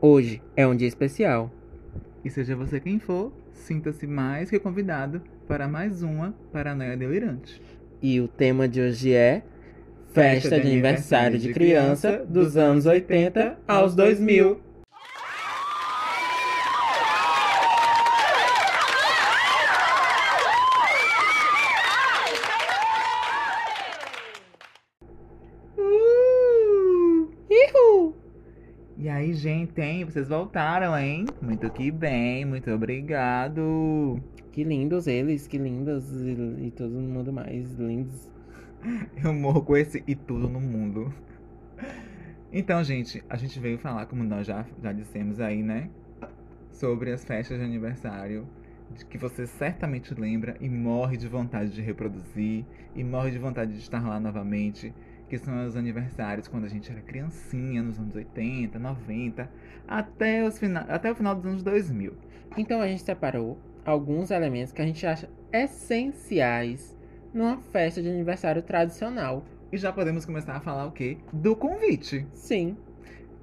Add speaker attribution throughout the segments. Speaker 1: Hoje é um dia especial.
Speaker 2: E seja você quem for, sinta-se mais que convidado para mais uma Paranoia Delirante.
Speaker 1: E o tema de hoje é Festa, de aniversário de criança dos anos 80 aos 2000.
Speaker 2: Uh!
Speaker 1: Ihu!
Speaker 2: E aí, gente, hein? Vocês voltaram, hein? Muito que bem, muito obrigado.
Speaker 1: Que lindos eles, que lindas e, e todo mundo mais lindos.
Speaker 2: Eu morro com esse e tudo no mundo. Então, gente, a gente veio falar, como nós já, já dissemos aí, né? Sobre as festas de aniversário, de que você certamente lembra e morre de vontade de reproduzir, e morre de vontade de estar lá novamente, que são os aniversários quando a gente era criancinha, nos anos 80, 90, até, os fina até o final dos anos 2000.
Speaker 1: Então a gente separou alguns elementos que a gente acha essenciais numa festa de aniversário tradicional.
Speaker 2: E já podemos começar a falar o quê? Do convite.
Speaker 1: Sim.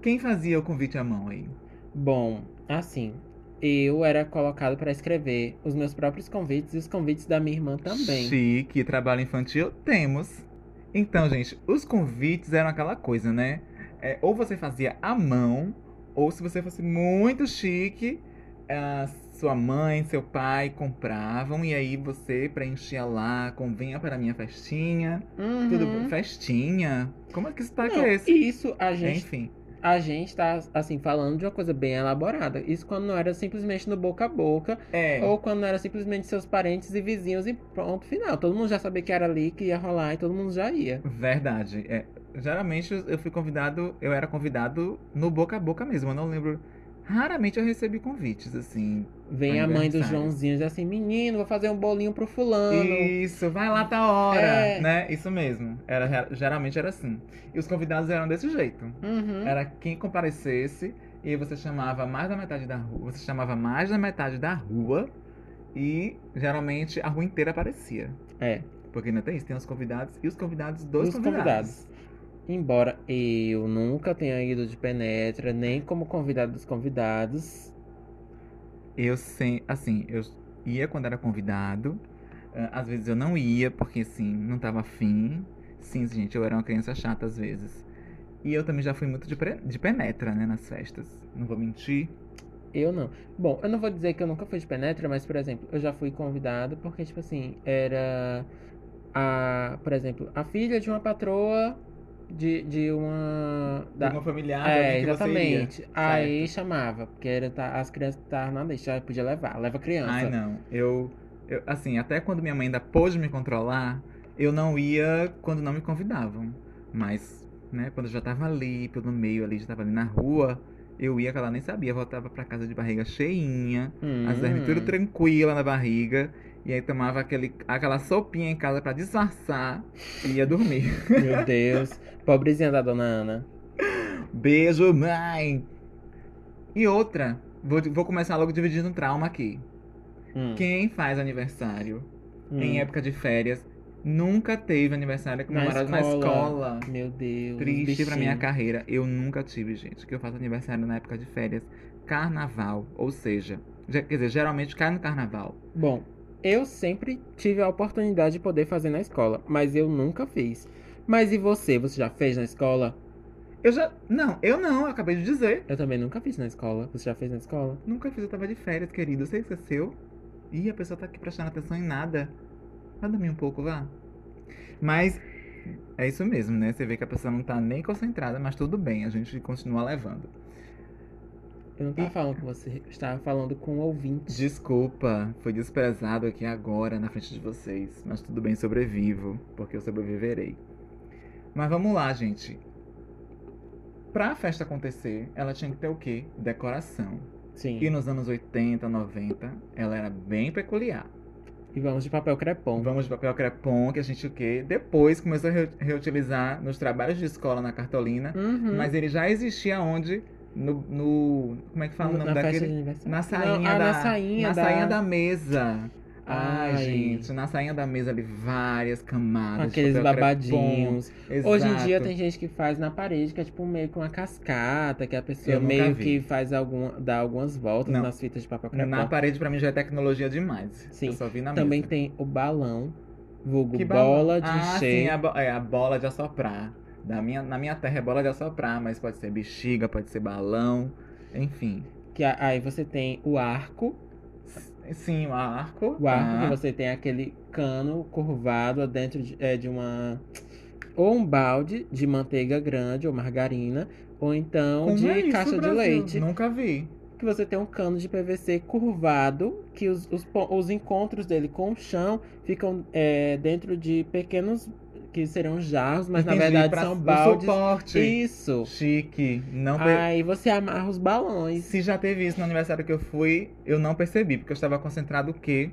Speaker 2: Quem fazia o convite à mão aí?
Speaker 1: Bom, assim, eu era colocado para escrever os meus próprios convites e os convites da minha irmã também.
Speaker 2: Chique, trabalho infantil, temos. Então, gente, os convites eram aquela coisa, né? É, ou você fazia à mão, ou se você fosse muito chique, a sua mãe, seu pai compravam, e aí você preenchia lá, convenha para a minha festinha.
Speaker 1: Uhum.
Speaker 2: Tudo bom? Festinha? Como é que isso tá que
Speaker 1: Não,
Speaker 2: é esse?
Speaker 1: Isso a gente,
Speaker 2: Enfim,
Speaker 1: a gente tá, assim, falando de uma coisa bem elaborada. Isso quando não era simplesmente no boca a boca,
Speaker 2: é.
Speaker 1: ou quando não era simplesmente seus parentes e vizinhos e pronto, final. Todo mundo já sabia que era ali, que ia rolar e todo mundo já ia.
Speaker 2: Verdade. É, geralmente eu fui convidado, eu era convidado no boca a boca mesmo. Eu não lembro. Raramente eu recebi convites assim.
Speaker 1: Vem a mãe do
Speaker 2: Aniversário.
Speaker 1: Joãozinho e diz assim: menino, vou fazer um bolinho pro fulano.
Speaker 2: Isso, vai lá tá hora,
Speaker 1: É.
Speaker 2: né? Isso mesmo. Era geralmente era assim. E os convidados eram desse jeito.
Speaker 1: Uhum.
Speaker 2: Era quem comparecesse e você chamava mais da metade da rua, você chamava mais da metade da rua e geralmente a rua inteira aparecia.
Speaker 1: É.
Speaker 2: Porque ainda tem isso, tem os convidados e os convidados dos
Speaker 1: Os convidados. Embora eu nunca tenha ido de penetra, nem como convidado dos convidados.
Speaker 2: Eu sem, assim, eu ia quando era convidado. Ah, Às vezes eu não ia, porque assim, não tava afim. Sim, gente, eu era uma criança chata às vezes. E eu também já fui muito de, pre- de penetra, né, nas festas. Não vou mentir.
Speaker 1: Eu não. Bom, eu não vou dizer que eu nunca fui de penetra, mas, por exemplo, eu já fui convidado porque, tipo assim, era a, por exemplo, a filha de uma patroa de, de uma. da-
Speaker 2: Uma familiar, de
Speaker 1: é,
Speaker 2: alguém que você iria.
Speaker 1: exatamente. Aí chamava, porque era, tá, as crianças estavam na deixa, aí podia levar, leva criança.
Speaker 2: Ai, não. Eu, eu, assim, até quando minha mãe ainda pôde me controlar, eu não ia quando não me convidavam. Mas, né, quando eu já tava ali, pelo meio ali, já tava ali na rua, eu ia que ela nem sabia, voltava pra casa de barriga cheinha,
Speaker 1: Hum.
Speaker 2: as vermes tudo tranquila na barriga, e aí tomava aquele, aquela sopinha em casa pra disfarçar e ia dormir.
Speaker 1: Meu Deus. Pobrezinha da dona Ana.
Speaker 2: Beijo, mãe! E outra, vou, vou começar logo dividindo um trauma aqui.
Speaker 1: Hum,
Speaker 2: Quem é faz aniversário
Speaker 1: hum.
Speaker 2: em época de férias. Nunca teve aniversário comemorado na escola.
Speaker 1: Meu Deus.
Speaker 2: Triste pra
Speaker 1: Hum, bichinho.
Speaker 2: minha carreira. Eu nunca tive, gente. Que eu faço aniversário na época de férias. Carnaval. Ou seja, ge- quer dizer, geralmente cai no carnaval.
Speaker 1: Bom, eu sempre tive a oportunidade de poder fazer na escola, mas eu nunca fiz. Mas e você? Você já fez na escola?
Speaker 2: Eu já. Não, eu não, eu acabei de dizer.
Speaker 1: Eu também nunca fiz na escola. Você já fez na escola?
Speaker 2: Nunca fiz, eu tava de férias, querido. Você esqueceu? é Ih, a pessoa tá aqui prestando atenção em nada. Vai dormir um pouco, vá. Mas é isso mesmo, né? Você vê que a pessoa não tá nem concentrada, mas tudo bem, a gente continua levando.
Speaker 1: Eu
Speaker 2: Ah.
Speaker 1: não tava falando com você, eu estava falando com o ouvinte.
Speaker 2: Desculpa, fui desprezado aqui agora na frente de vocês, mas tudo bem, sobrevivo, porque eu sobreviverei. Mas vamos lá, gente. Pra festa acontecer, ela tinha que ter o quê? Decoração.
Speaker 1: Sim.
Speaker 2: E nos anos 80, 90, ela era bem peculiar.
Speaker 1: E vamos de papel crepom.
Speaker 2: Então, Vamos de papel crepom, que a gente o quê? Depois começou a reu- reutilizar nos trabalhos de escola na cartolina,
Speaker 1: Uhum.
Speaker 2: mas ele já existia onde? No, no- Como é que fala o
Speaker 1: na
Speaker 2: nome
Speaker 1: festa
Speaker 2: daquele?
Speaker 1: de aniversário.
Speaker 2: Na sainha
Speaker 1: Não, ah,
Speaker 2: da
Speaker 1: na sainha
Speaker 2: na
Speaker 1: da...
Speaker 2: sainha da mesa. Ai, gente, na sainha da mesa ali várias camadas. de
Speaker 1: Aqueles
Speaker 2: papel
Speaker 1: babadinhos.
Speaker 2: crepom.
Speaker 1: Hoje em dia
Speaker 2: Exato.
Speaker 1: tem gente que faz na parede, que é tipo meio que uma cascata, que a pessoa
Speaker 2: Eu nunca
Speaker 1: meio
Speaker 2: vi.
Speaker 1: que faz alguma, dá algumas voltas
Speaker 2: Não.
Speaker 1: nas fitas de papel
Speaker 2: Na
Speaker 1: crepom.
Speaker 2: parede, pra mim, já é tecnologia demais.
Speaker 1: Sim.
Speaker 2: Eu só vi na
Speaker 1: Também
Speaker 2: mesa.
Speaker 1: tem o balão, vulgo
Speaker 2: Que
Speaker 1: bola
Speaker 2: balão.
Speaker 1: de
Speaker 2: ah,
Speaker 1: encher.
Speaker 2: Sim, a, bo- é, a bola de assoprar. Da minha, na minha terra é bola de assoprar, mas pode ser bexiga, pode ser balão, enfim.
Speaker 1: Que a- aí você tem o arco,
Speaker 2: S- Sim, o arco.
Speaker 1: o arco
Speaker 2: tá?
Speaker 1: que você tem aquele cano curvado dentro de, é, de uma ou um balde de manteiga grande ou margarina ou então
Speaker 2: Como
Speaker 1: de
Speaker 2: é isso,
Speaker 1: caixa de
Speaker 2: Brasil?
Speaker 1: leite
Speaker 2: Nunca vi.
Speaker 1: que você tem um cano de PVC curvado que os, os, pon- os encontros dele com o chão ficam é, dentro de pequenos que serão jarros mas na
Speaker 2: Entendi,
Speaker 1: verdade
Speaker 2: pra-
Speaker 1: são
Speaker 2: o
Speaker 1: baldes
Speaker 2: Suporte.
Speaker 1: isso
Speaker 2: Chique. Não pe-
Speaker 1: aí você amarra os balões
Speaker 2: Se já teve isso no aniversário que eu fui, eu não percebi, porque eu estava concentrado o quê?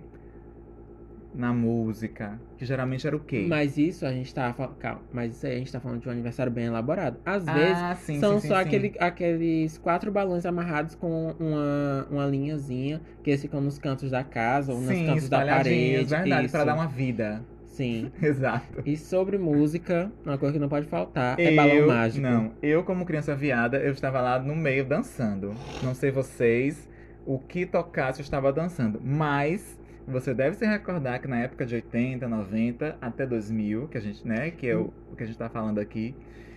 Speaker 2: Na música. Que geralmente era o quê?
Speaker 1: Mas isso a gente tá fal- calma, mas isso aí a gente tá falando de um aniversário bem elaborado. Às vezes
Speaker 2: ah, sim,
Speaker 1: são
Speaker 2: sim, sim,
Speaker 1: só
Speaker 2: sim.
Speaker 1: aquele- aqueles quatro balões amarrados com uma, uma linhazinha que eles ficam nos cantos da casa ou nos
Speaker 2: Sim,
Speaker 1: cantos da parede.
Speaker 2: espalhadinhos, verdade, pra
Speaker 1: isso.
Speaker 2: dar uma vida.
Speaker 1: Sim.
Speaker 2: Exato.
Speaker 1: E sobre música, uma coisa que não pode faltar é balão
Speaker 2: eu,
Speaker 1: mágico.
Speaker 2: Não, eu como criança viada, eu estava lá no meio dançando. Não sei vocês, o que tocasse eu estava dançando. Mas você deve se recordar que na época de 80, 90 até 2000, que a gente, né, que é o, o que a gente tá falando aqui,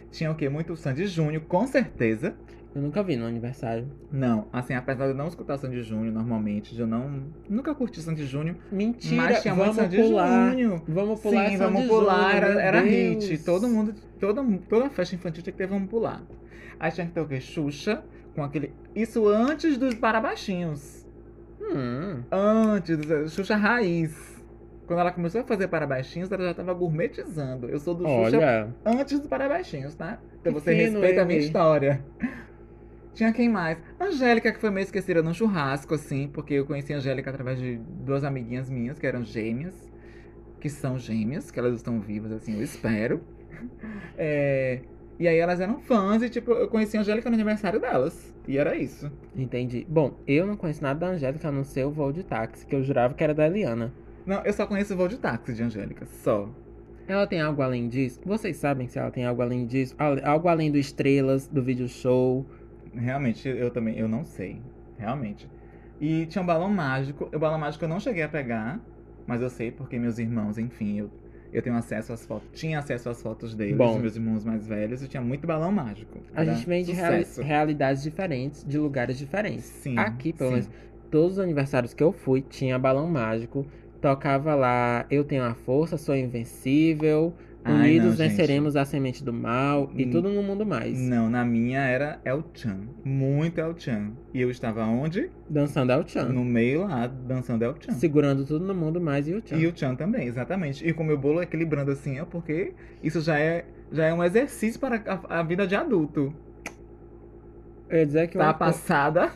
Speaker 2: tinha o quê? Muito Sandy Júnior, com certeza.
Speaker 1: Eu nunca vi no aniversário.
Speaker 2: Não, assim, apesar de eu não escutar Sandy Júnior normalmente, de eu não nunca curti Sandy Júnior,
Speaker 1: Mentira,
Speaker 2: mas tinha
Speaker 1: vamos
Speaker 2: muito Sandy
Speaker 1: pular.
Speaker 2: Júnior.
Speaker 1: Vamos pular
Speaker 2: Sim,
Speaker 1: essa
Speaker 2: vamos
Speaker 1: de
Speaker 2: pular,
Speaker 1: Júnior,
Speaker 2: era,
Speaker 1: meu
Speaker 2: era
Speaker 1: Deus.
Speaker 2: hit. Todo mundo, todo, mu- toda festa infantil tinha que ter vamos pular. Aí tinha que ter o quê? Xuxa, com aquele. Isso antes dos Parabaixinhos.
Speaker 1: Hum,
Speaker 2: Antes, dos- Xuxa Raiz. Quando ela começou a fazer Parabaixinhos, ela já tava gourmetizando. Eu sou do Xuxa
Speaker 1: olha,
Speaker 2: antes dos Parabaixinhos, tá? Então
Speaker 1: Que
Speaker 2: você
Speaker 1: fino
Speaker 2: respeita a minha
Speaker 1: ele.
Speaker 2: história. Tinha quem mais? Angélica, que foi meio esquecida num churrasco, assim, porque eu conheci a Angélica através de duas amiguinhas minhas, que eram gêmeas, que são gêmeas, que elas estão vivas, assim, eu espero. É, E aí elas eram fãs e, tipo, eu conheci a Angélica no aniversário delas. E era isso.
Speaker 1: entendi. Bom, eu não conheço nada da Angélica, a não ser o voo de táxi, que eu jurava que era da Eliana.
Speaker 2: Não, eu só conheço o voo de táxi de Angélica, só.
Speaker 1: Ela tem algo além disso? Vocês sabem se ela tem algo além disso? Al- Algo além do Estrelas, do vídeo show.
Speaker 2: Realmente, eu também, eu não sei. Realmente. E tinha um balão mágico. O balão mágico eu não cheguei a pegar, mas eu sei porque meus irmãos, enfim, eu, eu tenho acesso às fotos. Tinha acesso às fotos deles,
Speaker 1: Bom.
Speaker 2: dos meus irmãos mais velhos, eu tinha muito balão mágico.
Speaker 1: A gente vem de reali-
Speaker 2: sucesso.
Speaker 1: realidades diferentes, de lugares diferentes.
Speaker 2: Sim.
Speaker 1: Aqui, pelo
Speaker 2: sim.
Speaker 1: menos, todos os aniversários que eu fui, tinha balão mágico. Tocava lá Eu Tenho a Força, Sou Invencível,
Speaker 2: Ai,
Speaker 1: Unidos né,
Speaker 2: não, gente.
Speaker 1: Venceremos a Semente do Mal e
Speaker 2: Hum.
Speaker 1: tudo no mundo mais.
Speaker 2: Não, na minha era El Chan. Muito El Chan. E eu estava onde?
Speaker 1: Dançando ao Tchan.
Speaker 2: No meio lá, dançando El Chan.
Speaker 1: Segurando tudo no mundo mais e o Tchan.
Speaker 2: E o Chan também, exatamente. E com o meu bolo equilibrando assim, é porque isso já é, já é um exercício para a, a vida de adulto.
Speaker 1: Eu ia dizer que
Speaker 2: Tá
Speaker 1: uma co-
Speaker 2: passada.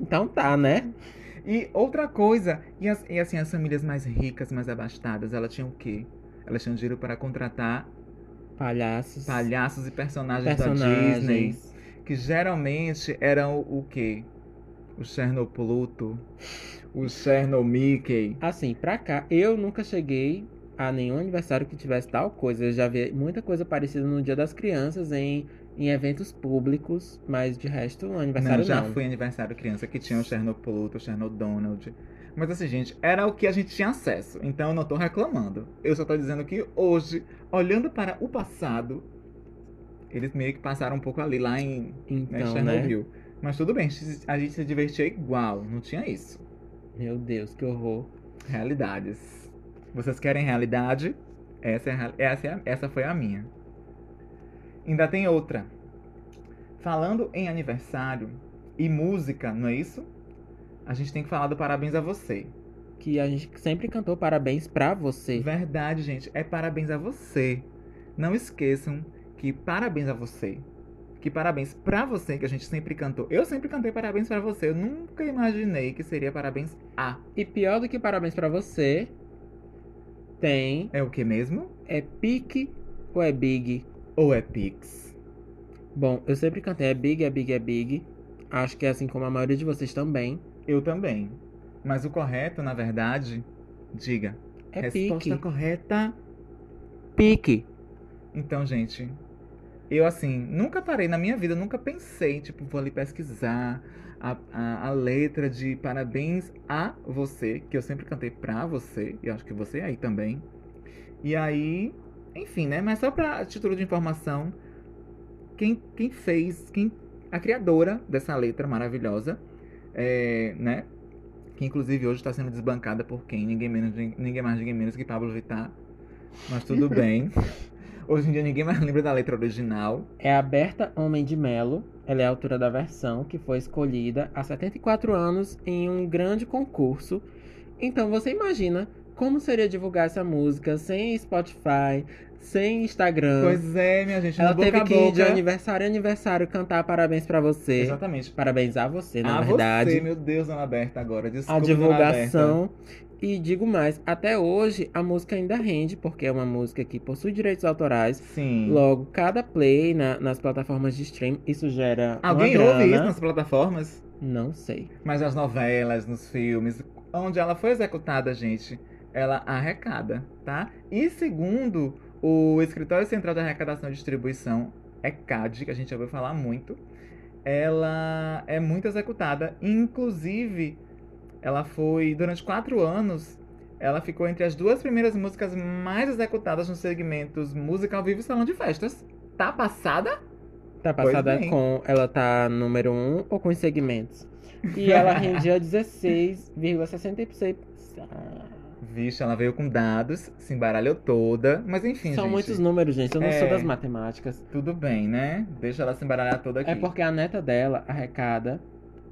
Speaker 1: Então tá, né?
Speaker 2: E outra coisa, e, as- e assim, as famílias mais ricas, mais abastadas, elas tinham o quê? Elas tinham dinheiro para contratar
Speaker 1: Palhaços.
Speaker 2: palhaços e personagens, da Disney.
Speaker 1: Personagens.
Speaker 2: Que geralmente eram o, o quê? O Chernopluto, o Chernomickey.
Speaker 1: Assim, pra cá, eu nunca cheguei a nenhum aniversário que tivesse tal coisa. Eu já vi muita coisa parecida no Dia das Crianças em, em eventos públicos, mas de resto, um aniversário
Speaker 2: Não, já
Speaker 1: não.
Speaker 2: foi aniversário criança que tinha o Chernopluto, o Chernodonald. Mas assim, gente, era o que a gente tinha acesso. Então eu não tô reclamando. Eu só tô dizendo que hoje, olhando para o passado, eles meio que passaram um pouco ali lá em né,
Speaker 1: Então, né?
Speaker 2: Chernobyl. Mas tudo bem, a gente se divertia igual, não tinha isso.
Speaker 1: Meu Deus, que horror.
Speaker 2: Realidades. Vocês querem realidade? Essa, é a real- essa, é a- essa foi a minha. Ainda tem outra. Falando em aniversário e música, não é isso? A gente tem que falar do parabéns a você.
Speaker 1: Que a gente sempre cantou parabéns pra você.
Speaker 2: Verdade, gente. É parabéns a você. Não esqueçam que parabéns a você. Que parabéns pra você, que a gente sempre cantou. Eu sempre cantei parabéns pra você. Eu nunca imaginei que seria parabéns a.
Speaker 1: E pior do que parabéns pra você, tem.
Speaker 2: É o que mesmo?
Speaker 1: É pique ou é big?
Speaker 2: Ou é Pix?
Speaker 1: Bom, eu sempre cantei é big, é big, é big. Acho que é assim como a maioria de vocês também.
Speaker 2: Eu também. Mas o correto, na verdade, diga.
Speaker 1: É
Speaker 2: resposta
Speaker 1: pique.
Speaker 2: correta.
Speaker 1: Pique.
Speaker 2: Então, gente, eu assim, nunca parei na minha vida, nunca pensei, tipo, vou ali pesquisar a, a, a letra de parabéns a você, que eu sempre cantei pra você, e eu acho que você aí também. E aí, enfim, né? Mas só pra título de informação, quem, quem fez, quem a criadora dessa letra maravilhosa, é, né? Que inclusive hoje está sendo desbancada por quem? Ninguém, menos, ninguém mais, ninguém menos que Pablo Vittar. Mas tudo bem. Hoje em dia ninguém mais lembra da letra original.
Speaker 1: É a Berta Homem de Melo. Ela é a autora da versão que foi escolhida há 74 anos em um grande concurso. Então você imagina como seria divulgar essa música sem Spotify, sem Instagram.
Speaker 2: Pois é, minha gente,
Speaker 1: Ah, ela
Speaker 2: no boca
Speaker 1: teve
Speaker 2: a
Speaker 1: que ir de
Speaker 2: boca.
Speaker 1: aniversário a aniversário cantar parabéns pra você.
Speaker 2: Exatamente.
Speaker 1: Parabéns a você, na
Speaker 2: a
Speaker 1: verdade.
Speaker 2: você, meu Deus, Ana Berta, agora. Desculpa,
Speaker 1: a
Speaker 2: Ana Berta.
Speaker 1: divulgação. E digo mais, até hoje a música ainda rende, porque é uma música que possui direitos autorais.
Speaker 2: Sim.
Speaker 1: Logo, cada play na- nas plataformas de stream, isso gera. uma
Speaker 2: Alguém
Speaker 1: grana.
Speaker 2: ouve isso nas plataformas?
Speaker 1: Não sei.
Speaker 2: Mas nas novelas, nos filmes, onde ela foi executada, gente, ela arrecada, tá? E segundo o Escritório Central de Arrecadação e Distribuição, é CAD, que a gente já ouviu falar muito, ela é muito executada. Inclusive, ela foi, durante quatro anos, ela ficou entre as duas primeiras músicas mais executadas nos segmentos música ao vivo e salão de festas. Tá passada?
Speaker 1: Tá
Speaker 2: Pois
Speaker 1: passada
Speaker 2: bem.
Speaker 1: com. Ela tá número 1 um, ou com os segmentos? E ela rendia 16,66. Ah,
Speaker 2: Vixe, ela veio com dados, se embaralhou toda, mas enfim,
Speaker 1: São
Speaker 2: gente.
Speaker 1: muitos números, gente. Eu não sou
Speaker 2: É.
Speaker 1: das matemáticas.
Speaker 2: Tudo bem, né? Deixa ela se embaralhar toda aqui.
Speaker 1: É porque a neta dela arrecada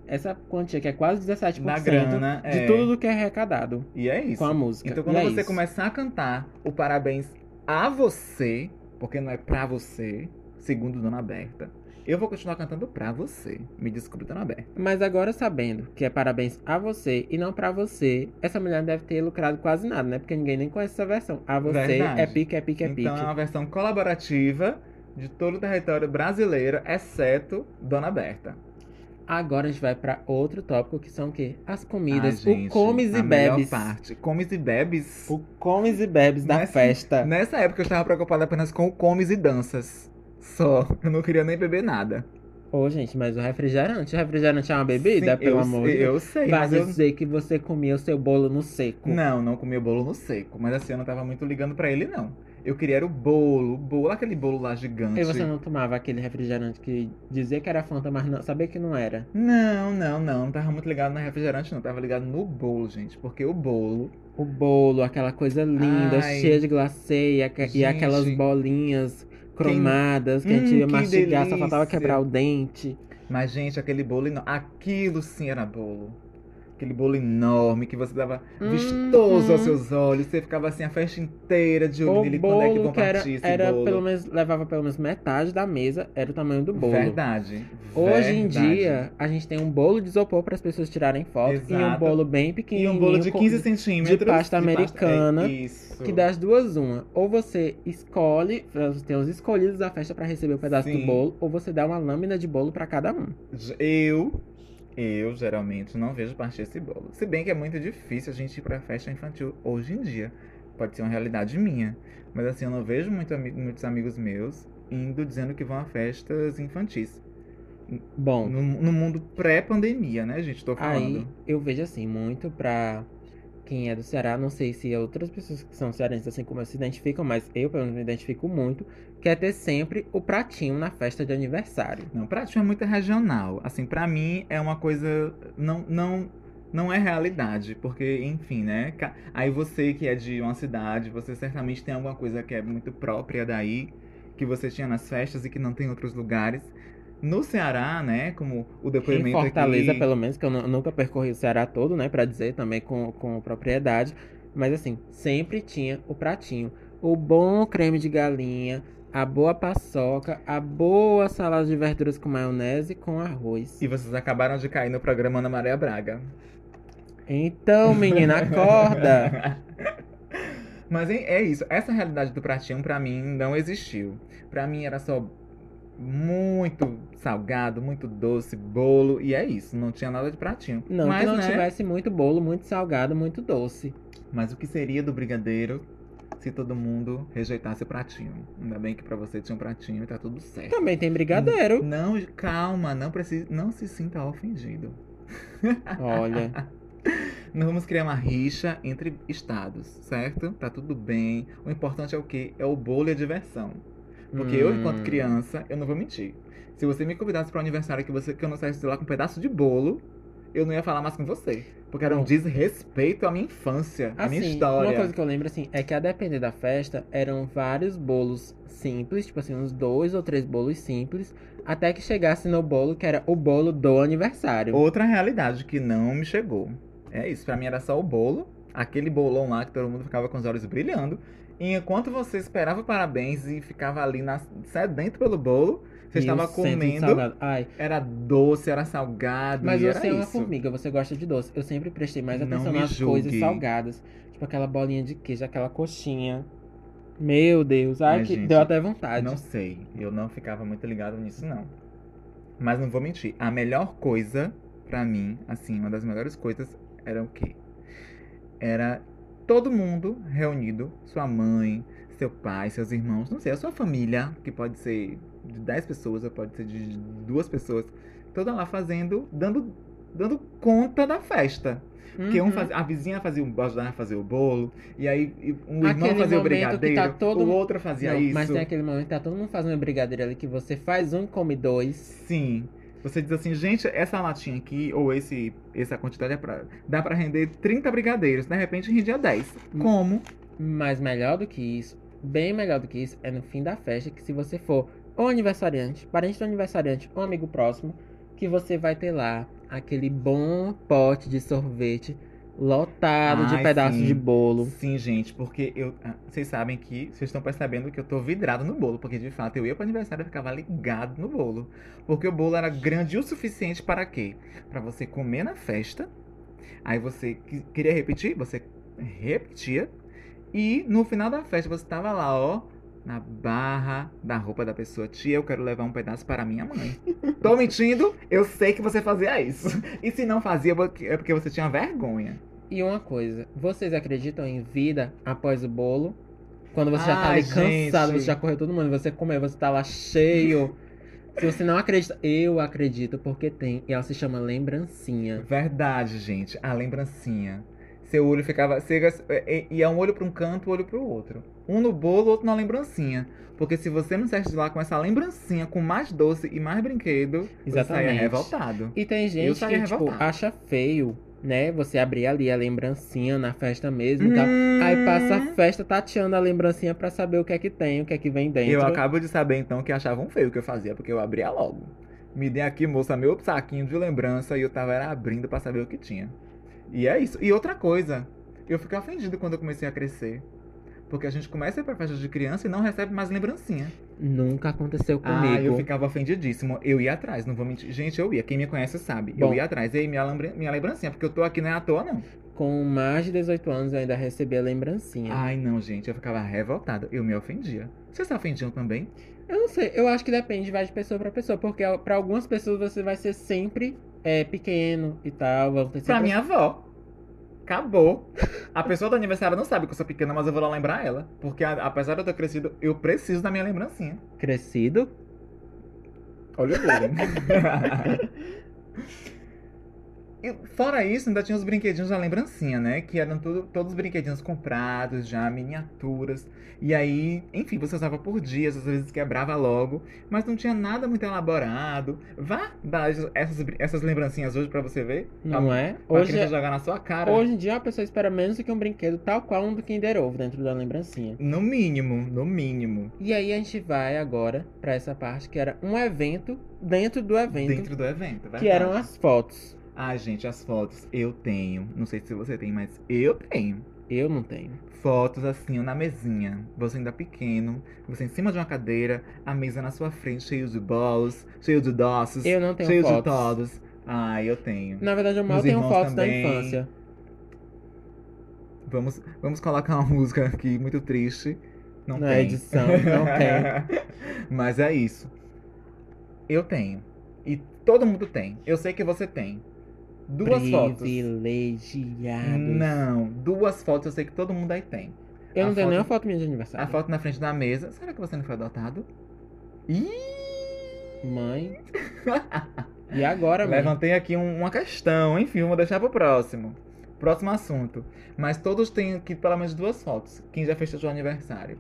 Speaker 1: essa quantia, que é quase 17%
Speaker 2: Da grana,
Speaker 1: de
Speaker 2: é.
Speaker 1: tudo que é arrecadado
Speaker 2: E é isso.
Speaker 1: com a música.
Speaker 2: Então
Speaker 1: E
Speaker 2: quando
Speaker 1: é
Speaker 2: você
Speaker 1: isso.
Speaker 2: começar a cantar o parabéns a você, porque não é pra você, segundo Dona Berta, eu vou continuar cantando pra você. Me desculpe, Dona Berta.
Speaker 1: Mas agora sabendo que é parabéns a você e não pra você, essa mulher deve ter lucrado quase nada, né? Porque ninguém nem conhece essa versão. A você
Speaker 2: Verdade.
Speaker 1: é pique, é pique, é pique.
Speaker 2: então é uma versão colaborativa de todo o território brasileiro, exceto Dona Berta.
Speaker 1: Agora a gente vai pra outro tópico que são o quê? As comidas,
Speaker 2: Ai, gente,
Speaker 1: o comes
Speaker 2: a
Speaker 1: e
Speaker 2: melhor
Speaker 1: bebes.
Speaker 2: parte. Comes e bebes.
Speaker 1: O comes e bebes da
Speaker 2: Nessa-
Speaker 1: festa.
Speaker 2: Nessa época eu estava preocupada apenas com o comes e danças. Só. Eu não queria nem beber nada.
Speaker 1: Ô, gente, mas o refrigerante, o refrigerante é uma bebida,
Speaker 2: Sim,
Speaker 1: pelo
Speaker 2: eu,
Speaker 1: amor de Deus.
Speaker 2: Eu sei,
Speaker 1: Vai
Speaker 2: mas eu
Speaker 1: dizer que você comia o seu bolo no seco.
Speaker 2: Não, não comia o bolo no seco. Mas assim, eu não tava muito ligando pra ele, não. Eu queria era o bolo, o bolo, aquele bolo lá gigante.
Speaker 1: E você não tomava aquele refrigerante que dizia que era Fanta, mas não, sabia que não era.
Speaker 2: Não, não, não. Não tava muito ligado no refrigerante, não. Tava ligado no bolo, gente. Porque o bolo.
Speaker 1: O bolo, aquela coisa linda,
Speaker 2: Ai.
Speaker 1: cheia de glacê e, aque- e
Speaker 2: Gente.
Speaker 1: aquelas bolinhas cromadas que a gente
Speaker 2: Hum,
Speaker 1: ia
Speaker 2: que
Speaker 1: mastigar, só faltava
Speaker 2: delícia.
Speaker 1: quebrar o dente.
Speaker 2: Mas, gente, aquele bolo enorme. Aquilo sim era bolo. Aquele bolo enorme que você dava vistoso aos
Speaker 1: Uhum.
Speaker 2: seus olhos. Você ficava assim a festa inteira de olho
Speaker 1: o
Speaker 2: nele.
Speaker 1: bolo
Speaker 2: Quando é que vão
Speaker 1: que era,
Speaker 2: partir esse
Speaker 1: era
Speaker 2: bolo?
Speaker 1: pelo menos levava pelo menos metade da mesa era o tamanho do bolo.
Speaker 2: Verdade.
Speaker 1: Hoje em
Speaker 2: verdade.
Speaker 1: dia a gente tem um bolo de isopor para as pessoas tirarem foto e um
Speaker 2: Exato.
Speaker 1: bolo bem
Speaker 2: E
Speaker 1: pequenininho
Speaker 2: um bolo de
Speaker 1: com-
Speaker 2: 15 centímetros.
Speaker 1: pasta
Speaker 2: é,
Speaker 1: americana,
Speaker 2: isso.
Speaker 1: que das duas uma, ou você escolhe, tem os escolhidos da festa para receber o pedaço
Speaker 2: Sim.
Speaker 1: do bolo, ou você dá uma lâmina de bolo para cada um.
Speaker 2: Eu, eu geralmente não vejo partir esse bolo. Se bem que é muito difícil a gente ir pra festa infantil hoje em dia. Pode ser uma realidade minha. Mas assim, eu não vejo muito ami- muitos amigos meus indo dizendo que vão a festas infantis.
Speaker 1: Bom,
Speaker 2: No, no mundo pré-pandemia, né, gente? Tô
Speaker 1: Aí
Speaker 2: falando.
Speaker 1: eu vejo assim, muito pra quem é do Ceará, não sei se outras pessoas que são cearenses assim como eu se identificam, mas eu pelo menos me identifico muito, que é ter sempre o pratinho na festa de aniversário.
Speaker 2: Não, pra ti é muito regional. Assim, pra mim é uma coisa. Não, não, não é realidade. Porque, enfim, né? ca- Aí você que é de uma cidade, você certamente tem alguma coisa que é muito própria daí, que você tinha nas festas e que não tem em outros lugares. No Ceará, né? Como o depoimento.
Speaker 1: em Fortaleza,
Speaker 2: aqui...
Speaker 1: pelo menos, que eu nu- nunca percorri o Ceará todo, né, pra dizer também com, com propriedade, mas assim, sempre tinha o pratinho, o bom creme de galinha, a boa paçoca, a boa salada de verduras com maionese e com arroz.
Speaker 2: E vocês acabaram de cair no programa Ana Maria Braga.
Speaker 1: Então, menina, acorda!
Speaker 2: Mas hein, é isso. Essa realidade do pratinho, pra mim, não existiu. Pra mim era só muito salgado, muito doce, bolo, e é isso, não tinha nada de pratinho.
Speaker 1: Não
Speaker 2: mas,
Speaker 1: que não
Speaker 2: né,
Speaker 1: tivesse muito bolo, muito salgado, muito doce.
Speaker 2: mas o que seria do brigadeiro se todo mundo rejeitasse o pratinho? Ainda bem que pra você tinha um pratinho e tá tudo certo.
Speaker 1: Também tem brigadeiro.
Speaker 2: Não, calma, não precisa, não se sinta ofendido.
Speaker 1: Olha,
Speaker 2: Não vamos criar uma rixa entre estados, certo? Tá tudo bem. O importante é o quê? É o bolo e a diversão. Porque eu, enquanto
Speaker 1: Hum.
Speaker 2: criança, eu não vou mentir. Se você me convidasse para um aniversário que, você, que eu não saísse de lá com um pedaço de bolo, eu não ia falar mais com você. Porque era um
Speaker 1: Bom.
Speaker 2: desrespeito à minha infância, à minha
Speaker 1: Assim,
Speaker 2: história.
Speaker 1: Uma coisa que eu lembro, assim, é que a depender da festa, eram vários bolos simples, tipo assim, uns dois ou três bolos simples, até que chegasse no bolo que era o bolo do aniversário.
Speaker 2: Outra realidade que não me chegou. É isso, pra mim era só o bolo, aquele bolão lá que todo mundo ficava com os olhos brilhando. E enquanto você esperava parabéns e ficava ali na- sedento pelo bolo,
Speaker 1: E
Speaker 2: você estava
Speaker 1: o centro de
Speaker 2: comendo,
Speaker 1: salgado. Ai,
Speaker 2: era doce, era salgado,
Speaker 1: mas
Speaker 2: e
Speaker 1: você
Speaker 2: era
Speaker 1: é uma
Speaker 2: isso.
Speaker 1: formiga, você gosta de doce. Eu sempre prestei mais
Speaker 2: Não
Speaker 1: atenção
Speaker 2: me
Speaker 1: nas
Speaker 2: julgue.
Speaker 1: coisas salgadas. Tipo aquela bolinha de queijo, aquela coxinha. Meu Deus, ai,
Speaker 2: Ai,
Speaker 1: que
Speaker 2: gente,
Speaker 1: deu até vontade.
Speaker 2: Não sei, eu não ficava muito ligado nisso, não. Mas não vou mentir, a melhor coisa pra mim, assim, uma das melhores coisas era o quê? Era todo mundo reunido, sua mãe, seu pai, seus irmãos, não sei, a sua família, que pode ser de 10 pessoas ou pode ser de duas pessoas, toda lá fazendo, dando, dando conta da festa. Porque um
Speaker 1: Uhum.
Speaker 2: fazia, a vizinha fazia, o- ajudava a fazer o bolo, e aí e um irmão
Speaker 1: Aquele
Speaker 2: fazia o
Speaker 1: momento que tá
Speaker 2: brigadeiro,
Speaker 1: todo
Speaker 2: o
Speaker 1: mu-
Speaker 2: outro fazia
Speaker 1: Não,
Speaker 2: isso.
Speaker 1: Mas tem aquele momento que tá todo mundo fazendo brigadeiro ali que você faz um e come dois.
Speaker 2: Sim. Você diz assim, gente, essa latinha aqui, ou esse, essa quantidade, é pra, dá pra render 30 brigadeiros. De repente, rendia 10. Como?
Speaker 1: Mas melhor do que isso, bem melhor do que isso, é no fim da festa que se você for ou aniversariante, parente do aniversariante ou amigo próximo, que você vai ter lá aquele bom pote de sorvete lotado
Speaker 2: Ai,
Speaker 1: de pedaços
Speaker 2: sim.
Speaker 1: de bolo.
Speaker 2: Sim, gente, porque eu... ah, Vocês sabem que... Vocês estão percebendo que eu tô vidrado no bolo. Porque, de fato, eu ia pro aniversário e ficava ligado no bolo. Porque o bolo era grande o suficiente para quê? Pra você comer na festa. Aí você que- queria repetir, você repetia. E no final da festa, você tava lá, ó... Na barra da roupa da pessoa. Tia, eu quero levar um pedaço para minha mãe. Tô mentindo? Eu sei que você fazia isso. E se não fazia, é porque você tinha vergonha.
Speaker 1: E uma coisa, vocês acreditam em vida após o bolo? Quando você já tá
Speaker 2: Ai,
Speaker 1: ali cansado,
Speaker 2: gente.
Speaker 1: você já correu todo mundo, você comeu, você tá lá cheio. Se você não acredita, eu acredito porque tem. E ela se chama lembrancinha.
Speaker 2: Verdade, gente. A lembrancinha. Seu olho ficava. Você, e- e- ia um olho pra um canto, o olho pro outro. Um no bolo, outro na lembrancinha. Porque se você não saísse de lá com essa lembrancinha, com mais doce e mais brinquedo, você saia
Speaker 1: Exatamente.
Speaker 2: revoltado.
Speaker 1: E tem gente
Speaker 2: saía
Speaker 1: que, tipo,
Speaker 2: revoltado.
Speaker 1: acha feio, né? Você abrir ali a lembrancinha na festa mesmo e tal.
Speaker 2: Hum,
Speaker 1: Aí passa a festa tateando a lembrancinha pra saber o que é que tem, o que é que vem dentro.
Speaker 2: Eu acabo de saber então que achavam feio o que eu fazia, porque eu abria logo. Me dê aqui, moça, meu saquinho de lembrança e eu tava era abrindo pra saber o que tinha. E é isso. E outra coisa, eu fiquei ofendido quando eu comecei a crescer. Porque a gente começa a ir pra festa de criança e não recebe mais lembrancinha.
Speaker 1: Nunca aconteceu
Speaker 2: Ah, eu
Speaker 1: comigo.
Speaker 2: ficava ofendidíssimo. Eu ia atrás, não vou mentir. Gente, eu ia. Quem me conhece sabe.
Speaker 1: Bom.
Speaker 2: Eu ia atrás. E aí, minha, lembra- minha lembrancinha, porque eu tô aqui não é à toa, não.
Speaker 1: Com mais de 18 anos eu ainda recebi a lembrancinha.
Speaker 2: Ai, não, gente. Eu ficava revoltada. Eu me ofendia. Vocês se ofendiam também?
Speaker 1: Eu não sei, eu acho que depende, vai de pessoa pra pessoa, porque é pra algumas pessoas você vai ser sempre é, pequeno e tal, vão ter sempre...
Speaker 2: Pra minha avó. Acabou. A pessoa do aniversário não sabe que eu sou pequena, mas eu vou lá lembrar ela. Porque a- apesar de eu ter crescido, eu preciso da minha lembrancinha.
Speaker 1: Crescido.
Speaker 2: Olha o bolo. E fora isso, ainda tinha os brinquedinhos da lembrancinha, né? Que eram tudo, todos os brinquedinhos comprados já, miniaturas. E aí, enfim, você usava por dias, às vezes quebrava logo. Mas não tinha nada muito elaborado. Vá dar essas, essas, essas lembrancinhas hoje pra você ver.
Speaker 1: Não
Speaker 2: pra,
Speaker 1: é?
Speaker 2: Pra
Speaker 1: Hoje,
Speaker 2: criança jogar na sua cara.
Speaker 1: hoje em dia a pessoa espera menos do que um brinquedo tal qual um do Kinder Ovo dentro da lembrancinha.
Speaker 2: No mínimo, no mínimo.
Speaker 1: E aí a gente vai agora pra essa parte que era um evento dentro do evento,
Speaker 2: Dentro do evento, é verdade.
Speaker 1: que eram as fotos.
Speaker 2: Ai, gente, as fotos eu tenho. Não sei se você tem, mas eu tenho.
Speaker 1: Eu não tenho.
Speaker 2: Fotos assim, ó, na mesinha. Você ainda pequeno, você em cima de uma cadeira, a mesa na sua frente, cheio de bolos, cheio de doces,
Speaker 1: Eu não tenho
Speaker 2: cheio de
Speaker 1: fotos.
Speaker 2: todos. Ai, eu tenho.
Speaker 1: Na verdade, eu mal
Speaker 2: Meus
Speaker 1: tenho
Speaker 2: irmãos
Speaker 1: fotos
Speaker 2: também.
Speaker 1: da infância.
Speaker 2: Vamos, vamos colocar uma música aqui muito triste. Não
Speaker 1: Na
Speaker 2: tem.
Speaker 1: edição, não tem.
Speaker 2: Mas é isso. Eu tenho. E todo mundo tem. Eu sei que você tem. Duas fotos.
Speaker 1: Privilegiados.
Speaker 2: Não, duas fotos eu sei que todo mundo aí tem.
Speaker 1: Eu não tenho
Speaker 2: a foto-
Speaker 1: nenhuma foto minha de
Speaker 2: A
Speaker 1: aniversário.
Speaker 2: foto na frente da mesa. Será que você não foi adotado? Ih!
Speaker 1: Mãe. E agora, mãe?
Speaker 2: Levantei aqui um- uma questão, enfim, vou deixar pro próximo. Próximo assunto. Mas todos têm aqui pelo menos duas fotos. Quem já festejou o aniversário?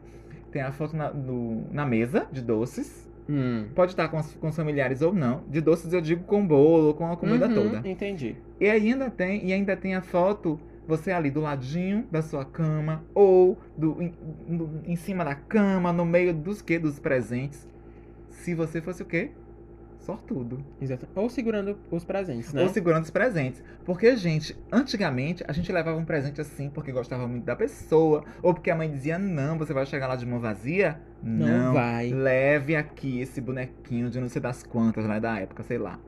Speaker 2: Tem a foto na, do- na mesa de doces.
Speaker 1: Hum.
Speaker 2: Pode estar com, as- com os familiares ou não. De doces eu digo com bolo, com a comida
Speaker 1: Uhum,
Speaker 2: toda.
Speaker 1: Entendi.
Speaker 2: E ainda tem, e ainda tem a foto, você ali do ladinho da sua cama, ou do, em, no- em cima da cama, no meio dos que? Dos presentes. Se você fosse o quê? Sortudo.
Speaker 1: Exato. Ou segurando os presentes, né?
Speaker 2: Ou segurando os presentes. Porque, gente, antigamente a gente levava um presente assim porque gostava muito da pessoa, ou porque a mãe dizia, não, você vai chegar lá de mão vazia?
Speaker 1: Não, vai.
Speaker 2: Leve aqui esse bonequinho de não sei das quantas lá da época, sei lá.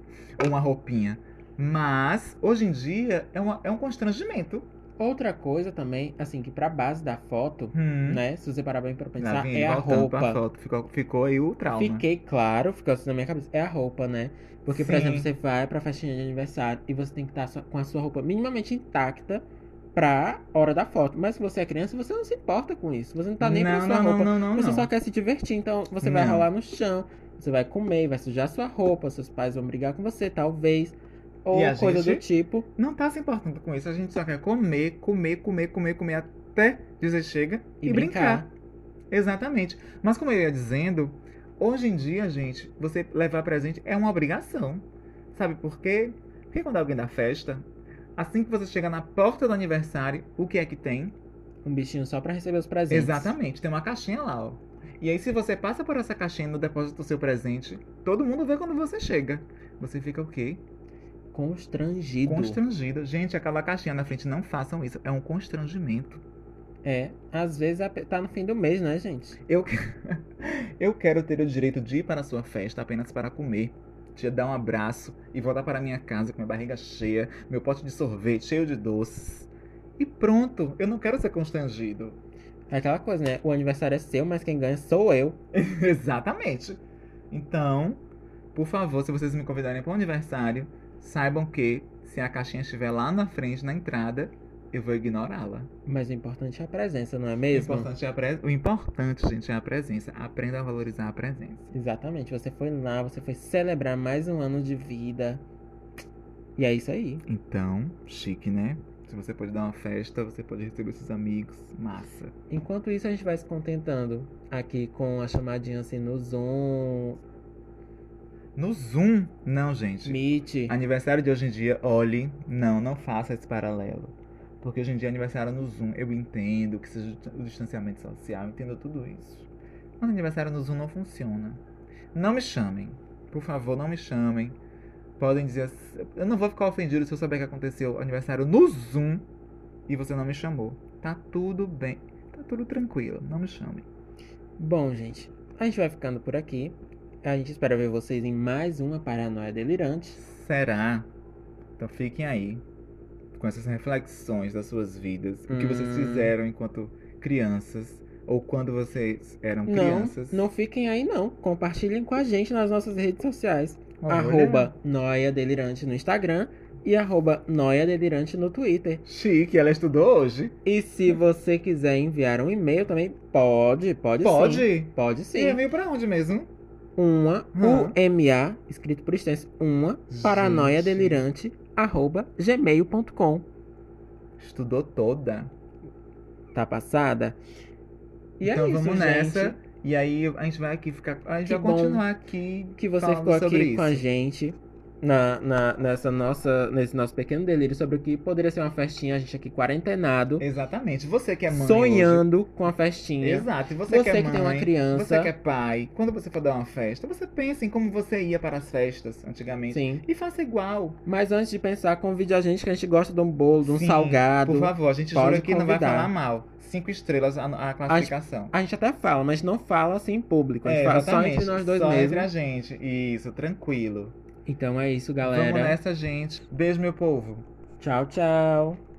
Speaker 2: Ou uma roupinha. Mas, hoje em dia, é, uma- é um constrangimento.
Speaker 1: Outra coisa também, assim, que pra base da foto,
Speaker 2: Hum. Tá
Speaker 1: né? Se você parar bem pra
Speaker 2: Lá
Speaker 1: pensar,
Speaker 2: vem
Speaker 1: é
Speaker 2: ele
Speaker 1: a
Speaker 2: voltando pra
Speaker 1: roupa.
Speaker 2: foto. Ficou, ficou aí o trauma.
Speaker 1: Fiquei claro, ficou assim na minha cabeça. É a roupa, né? Porque, por
Speaker 2: Sim.
Speaker 1: exemplo, você vai pra festinha de aniversário e você tem que estar só- com a sua roupa minimamente intacta pra hora da foto. Mas se você é criança, você não se importa com isso. Você não tá nem
Speaker 2: não,
Speaker 1: pra sua
Speaker 2: não,
Speaker 1: roupa.
Speaker 2: não, não, não,
Speaker 1: você
Speaker 2: não.
Speaker 1: só quer se divertir, então você vai
Speaker 2: Não.
Speaker 1: rolar no chão, você vai comer, vai sujar sua roupa, seus pais vão brigar com você, talvez. Ou
Speaker 2: E a
Speaker 1: coisa
Speaker 2: gente?
Speaker 1: do tipo.
Speaker 2: Não tá se importando com isso. A gente só quer comer, comer, comer, comer, comer até dizer chega
Speaker 1: E
Speaker 2: e, brincar. Exatamente. Mas como eu ia dizendo, hoje em dia, gente, você levar presente é uma obrigação. Sabe por quê? Porque quando alguém dá festa, assim que você chega na porta do aniversário, o que é que tem?
Speaker 1: Um bichinho só pra receber os presentes.
Speaker 2: Exatamente, tem uma caixinha lá, ó. E aí, se você passa por essa caixinha no depósito do seu presente, todo mundo vê quando você chega. Você fica o quê?
Speaker 1: Constrangido.
Speaker 2: Constrangido. Gente, aquela caixinha na frente, não façam isso. É um constrangimento.
Speaker 1: É. Às vezes a pe- tá no fim do mês, né, gente?
Speaker 2: Eu, que- eu quero ter o direito de ir para a sua festa apenas para comer, te dar um abraço e voltar para minha casa com minha barriga cheia, meu pote de sorvete cheio de doces. E pronto, eu não quero ser constrangido.
Speaker 1: É aquela coisa, né? O aniversário é seu, mas quem ganha sou eu.
Speaker 2: Exatamente. Então, por favor, se vocês me convidarem para um aniversário, saibam que se a caixinha estiver lá na frente, na entrada, eu vou ignorá-la.
Speaker 1: Mas o importante é a presença, não é
Speaker 2: O
Speaker 1: mesmo?
Speaker 2: importante, é a pre- o importante, gente, é a presença. Aprenda a valorizar a presença.
Speaker 1: Exatamente. Você foi lá, você foi celebrar mais um ano de vida. E é isso aí.
Speaker 2: Então, chique, né? Se você pode dar uma festa, você pode receber seus amigos. Massa.
Speaker 1: Enquanto isso, a gente vai se contentando aqui com a chamadinha assim no Zoom,
Speaker 2: No Zoom, não, gente.
Speaker 1: Meet.
Speaker 2: Aniversário de hoje em dia, olhe, não, não faça esse paralelo. Porque hoje em dia é aniversário no Zoom, eu entendo que seja o distanciamento social, eu entendo tudo isso. Mas aniversário no Zoom não funciona. Não me chamem. Por favor, não me chamem. Podem dizer. ass- Eu não vou ficar ofendido se eu souber que aconteceu aniversário no Zoom e você não me chamou. Tá tudo bem. Tá tudo tranquilo. Não me chamem.
Speaker 1: Bom, gente, a gente vai ficando por aqui. A gente espera ver vocês em mais uma Paranoia Delirante.
Speaker 2: Será? Então fiquem aí com essas reflexões das suas vidas, o que vocês
Speaker 1: Hum.
Speaker 2: fizeram enquanto crianças ou quando vocês eram
Speaker 1: Não,
Speaker 2: crianças.
Speaker 1: não fiquem aí não. Compartilhem com a gente nas nossas redes sociais.
Speaker 2: Olha,
Speaker 1: Arroba Noia Delirante no Instagram e arroba Noia Delirante no Twitter.
Speaker 2: Chique, ela estudou hoje.
Speaker 1: E se você quiser enviar um e-mail também, pode, pode, sim.
Speaker 2: Pode.
Speaker 1: Pode
Speaker 2: E
Speaker 1: sim.
Speaker 2: veio pra onde mesmo?
Speaker 1: Uma,
Speaker 2: Hum.
Speaker 1: UMA, escrito por extenso, uma,
Speaker 2: Gente.
Speaker 1: paranoia delirante, arroba gmail.com.
Speaker 2: Estudou toda.
Speaker 1: Tá passada? E
Speaker 2: então
Speaker 1: é isso,
Speaker 2: vamos
Speaker 1: gente.
Speaker 2: nessa. E aí a gente vai aqui ficar. A gente
Speaker 1: Que
Speaker 2: vai continuar aqui.
Speaker 1: que você
Speaker 2: falando
Speaker 1: ficou aqui
Speaker 2: sobre isso.
Speaker 1: com a gente na, na- nessa nossa, nesse nosso pequeno delírio sobre o que poderia ser uma festinha, a gente aqui quarentenado,
Speaker 2: Exatamente. Você que é mãe.
Speaker 1: sonhando com a
Speaker 2: Hoje.
Speaker 1: festinha.
Speaker 2: Exato. E você,
Speaker 1: Você
Speaker 2: que
Speaker 1: que
Speaker 2: é mãe.
Speaker 1: tem uma criança.
Speaker 2: Você que é pai, quando você for dar uma festa, você pensa em como você ia para as festas antigamente.
Speaker 1: Sim.
Speaker 2: E faça igual.
Speaker 1: Mas antes de pensar, convide a gente que a gente gosta de um bolo, de um
Speaker 2: Sim,
Speaker 1: salgado.
Speaker 2: Por favor, a gente
Speaker 1: Pode
Speaker 2: jura que não vai
Speaker 1: convidar.
Speaker 2: falar mal. Cinco estrelas a, a classificação.
Speaker 1: A gente até fala, mas não fala assim em público. A gente
Speaker 2: É,
Speaker 1: fala só
Speaker 2: exatamente.
Speaker 1: entre nós dois
Speaker 2: Só
Speaker 1: mesmo.
Speaker 2: entre a gente. Isso, tranquilo.
Speaker 1: Então é isso,
Speaker 2: Vamos
Speaker 1: galera.
Speaker 2: nessa, gente. Beijo, meu povo.
Speaker 1: Tchau, tchau.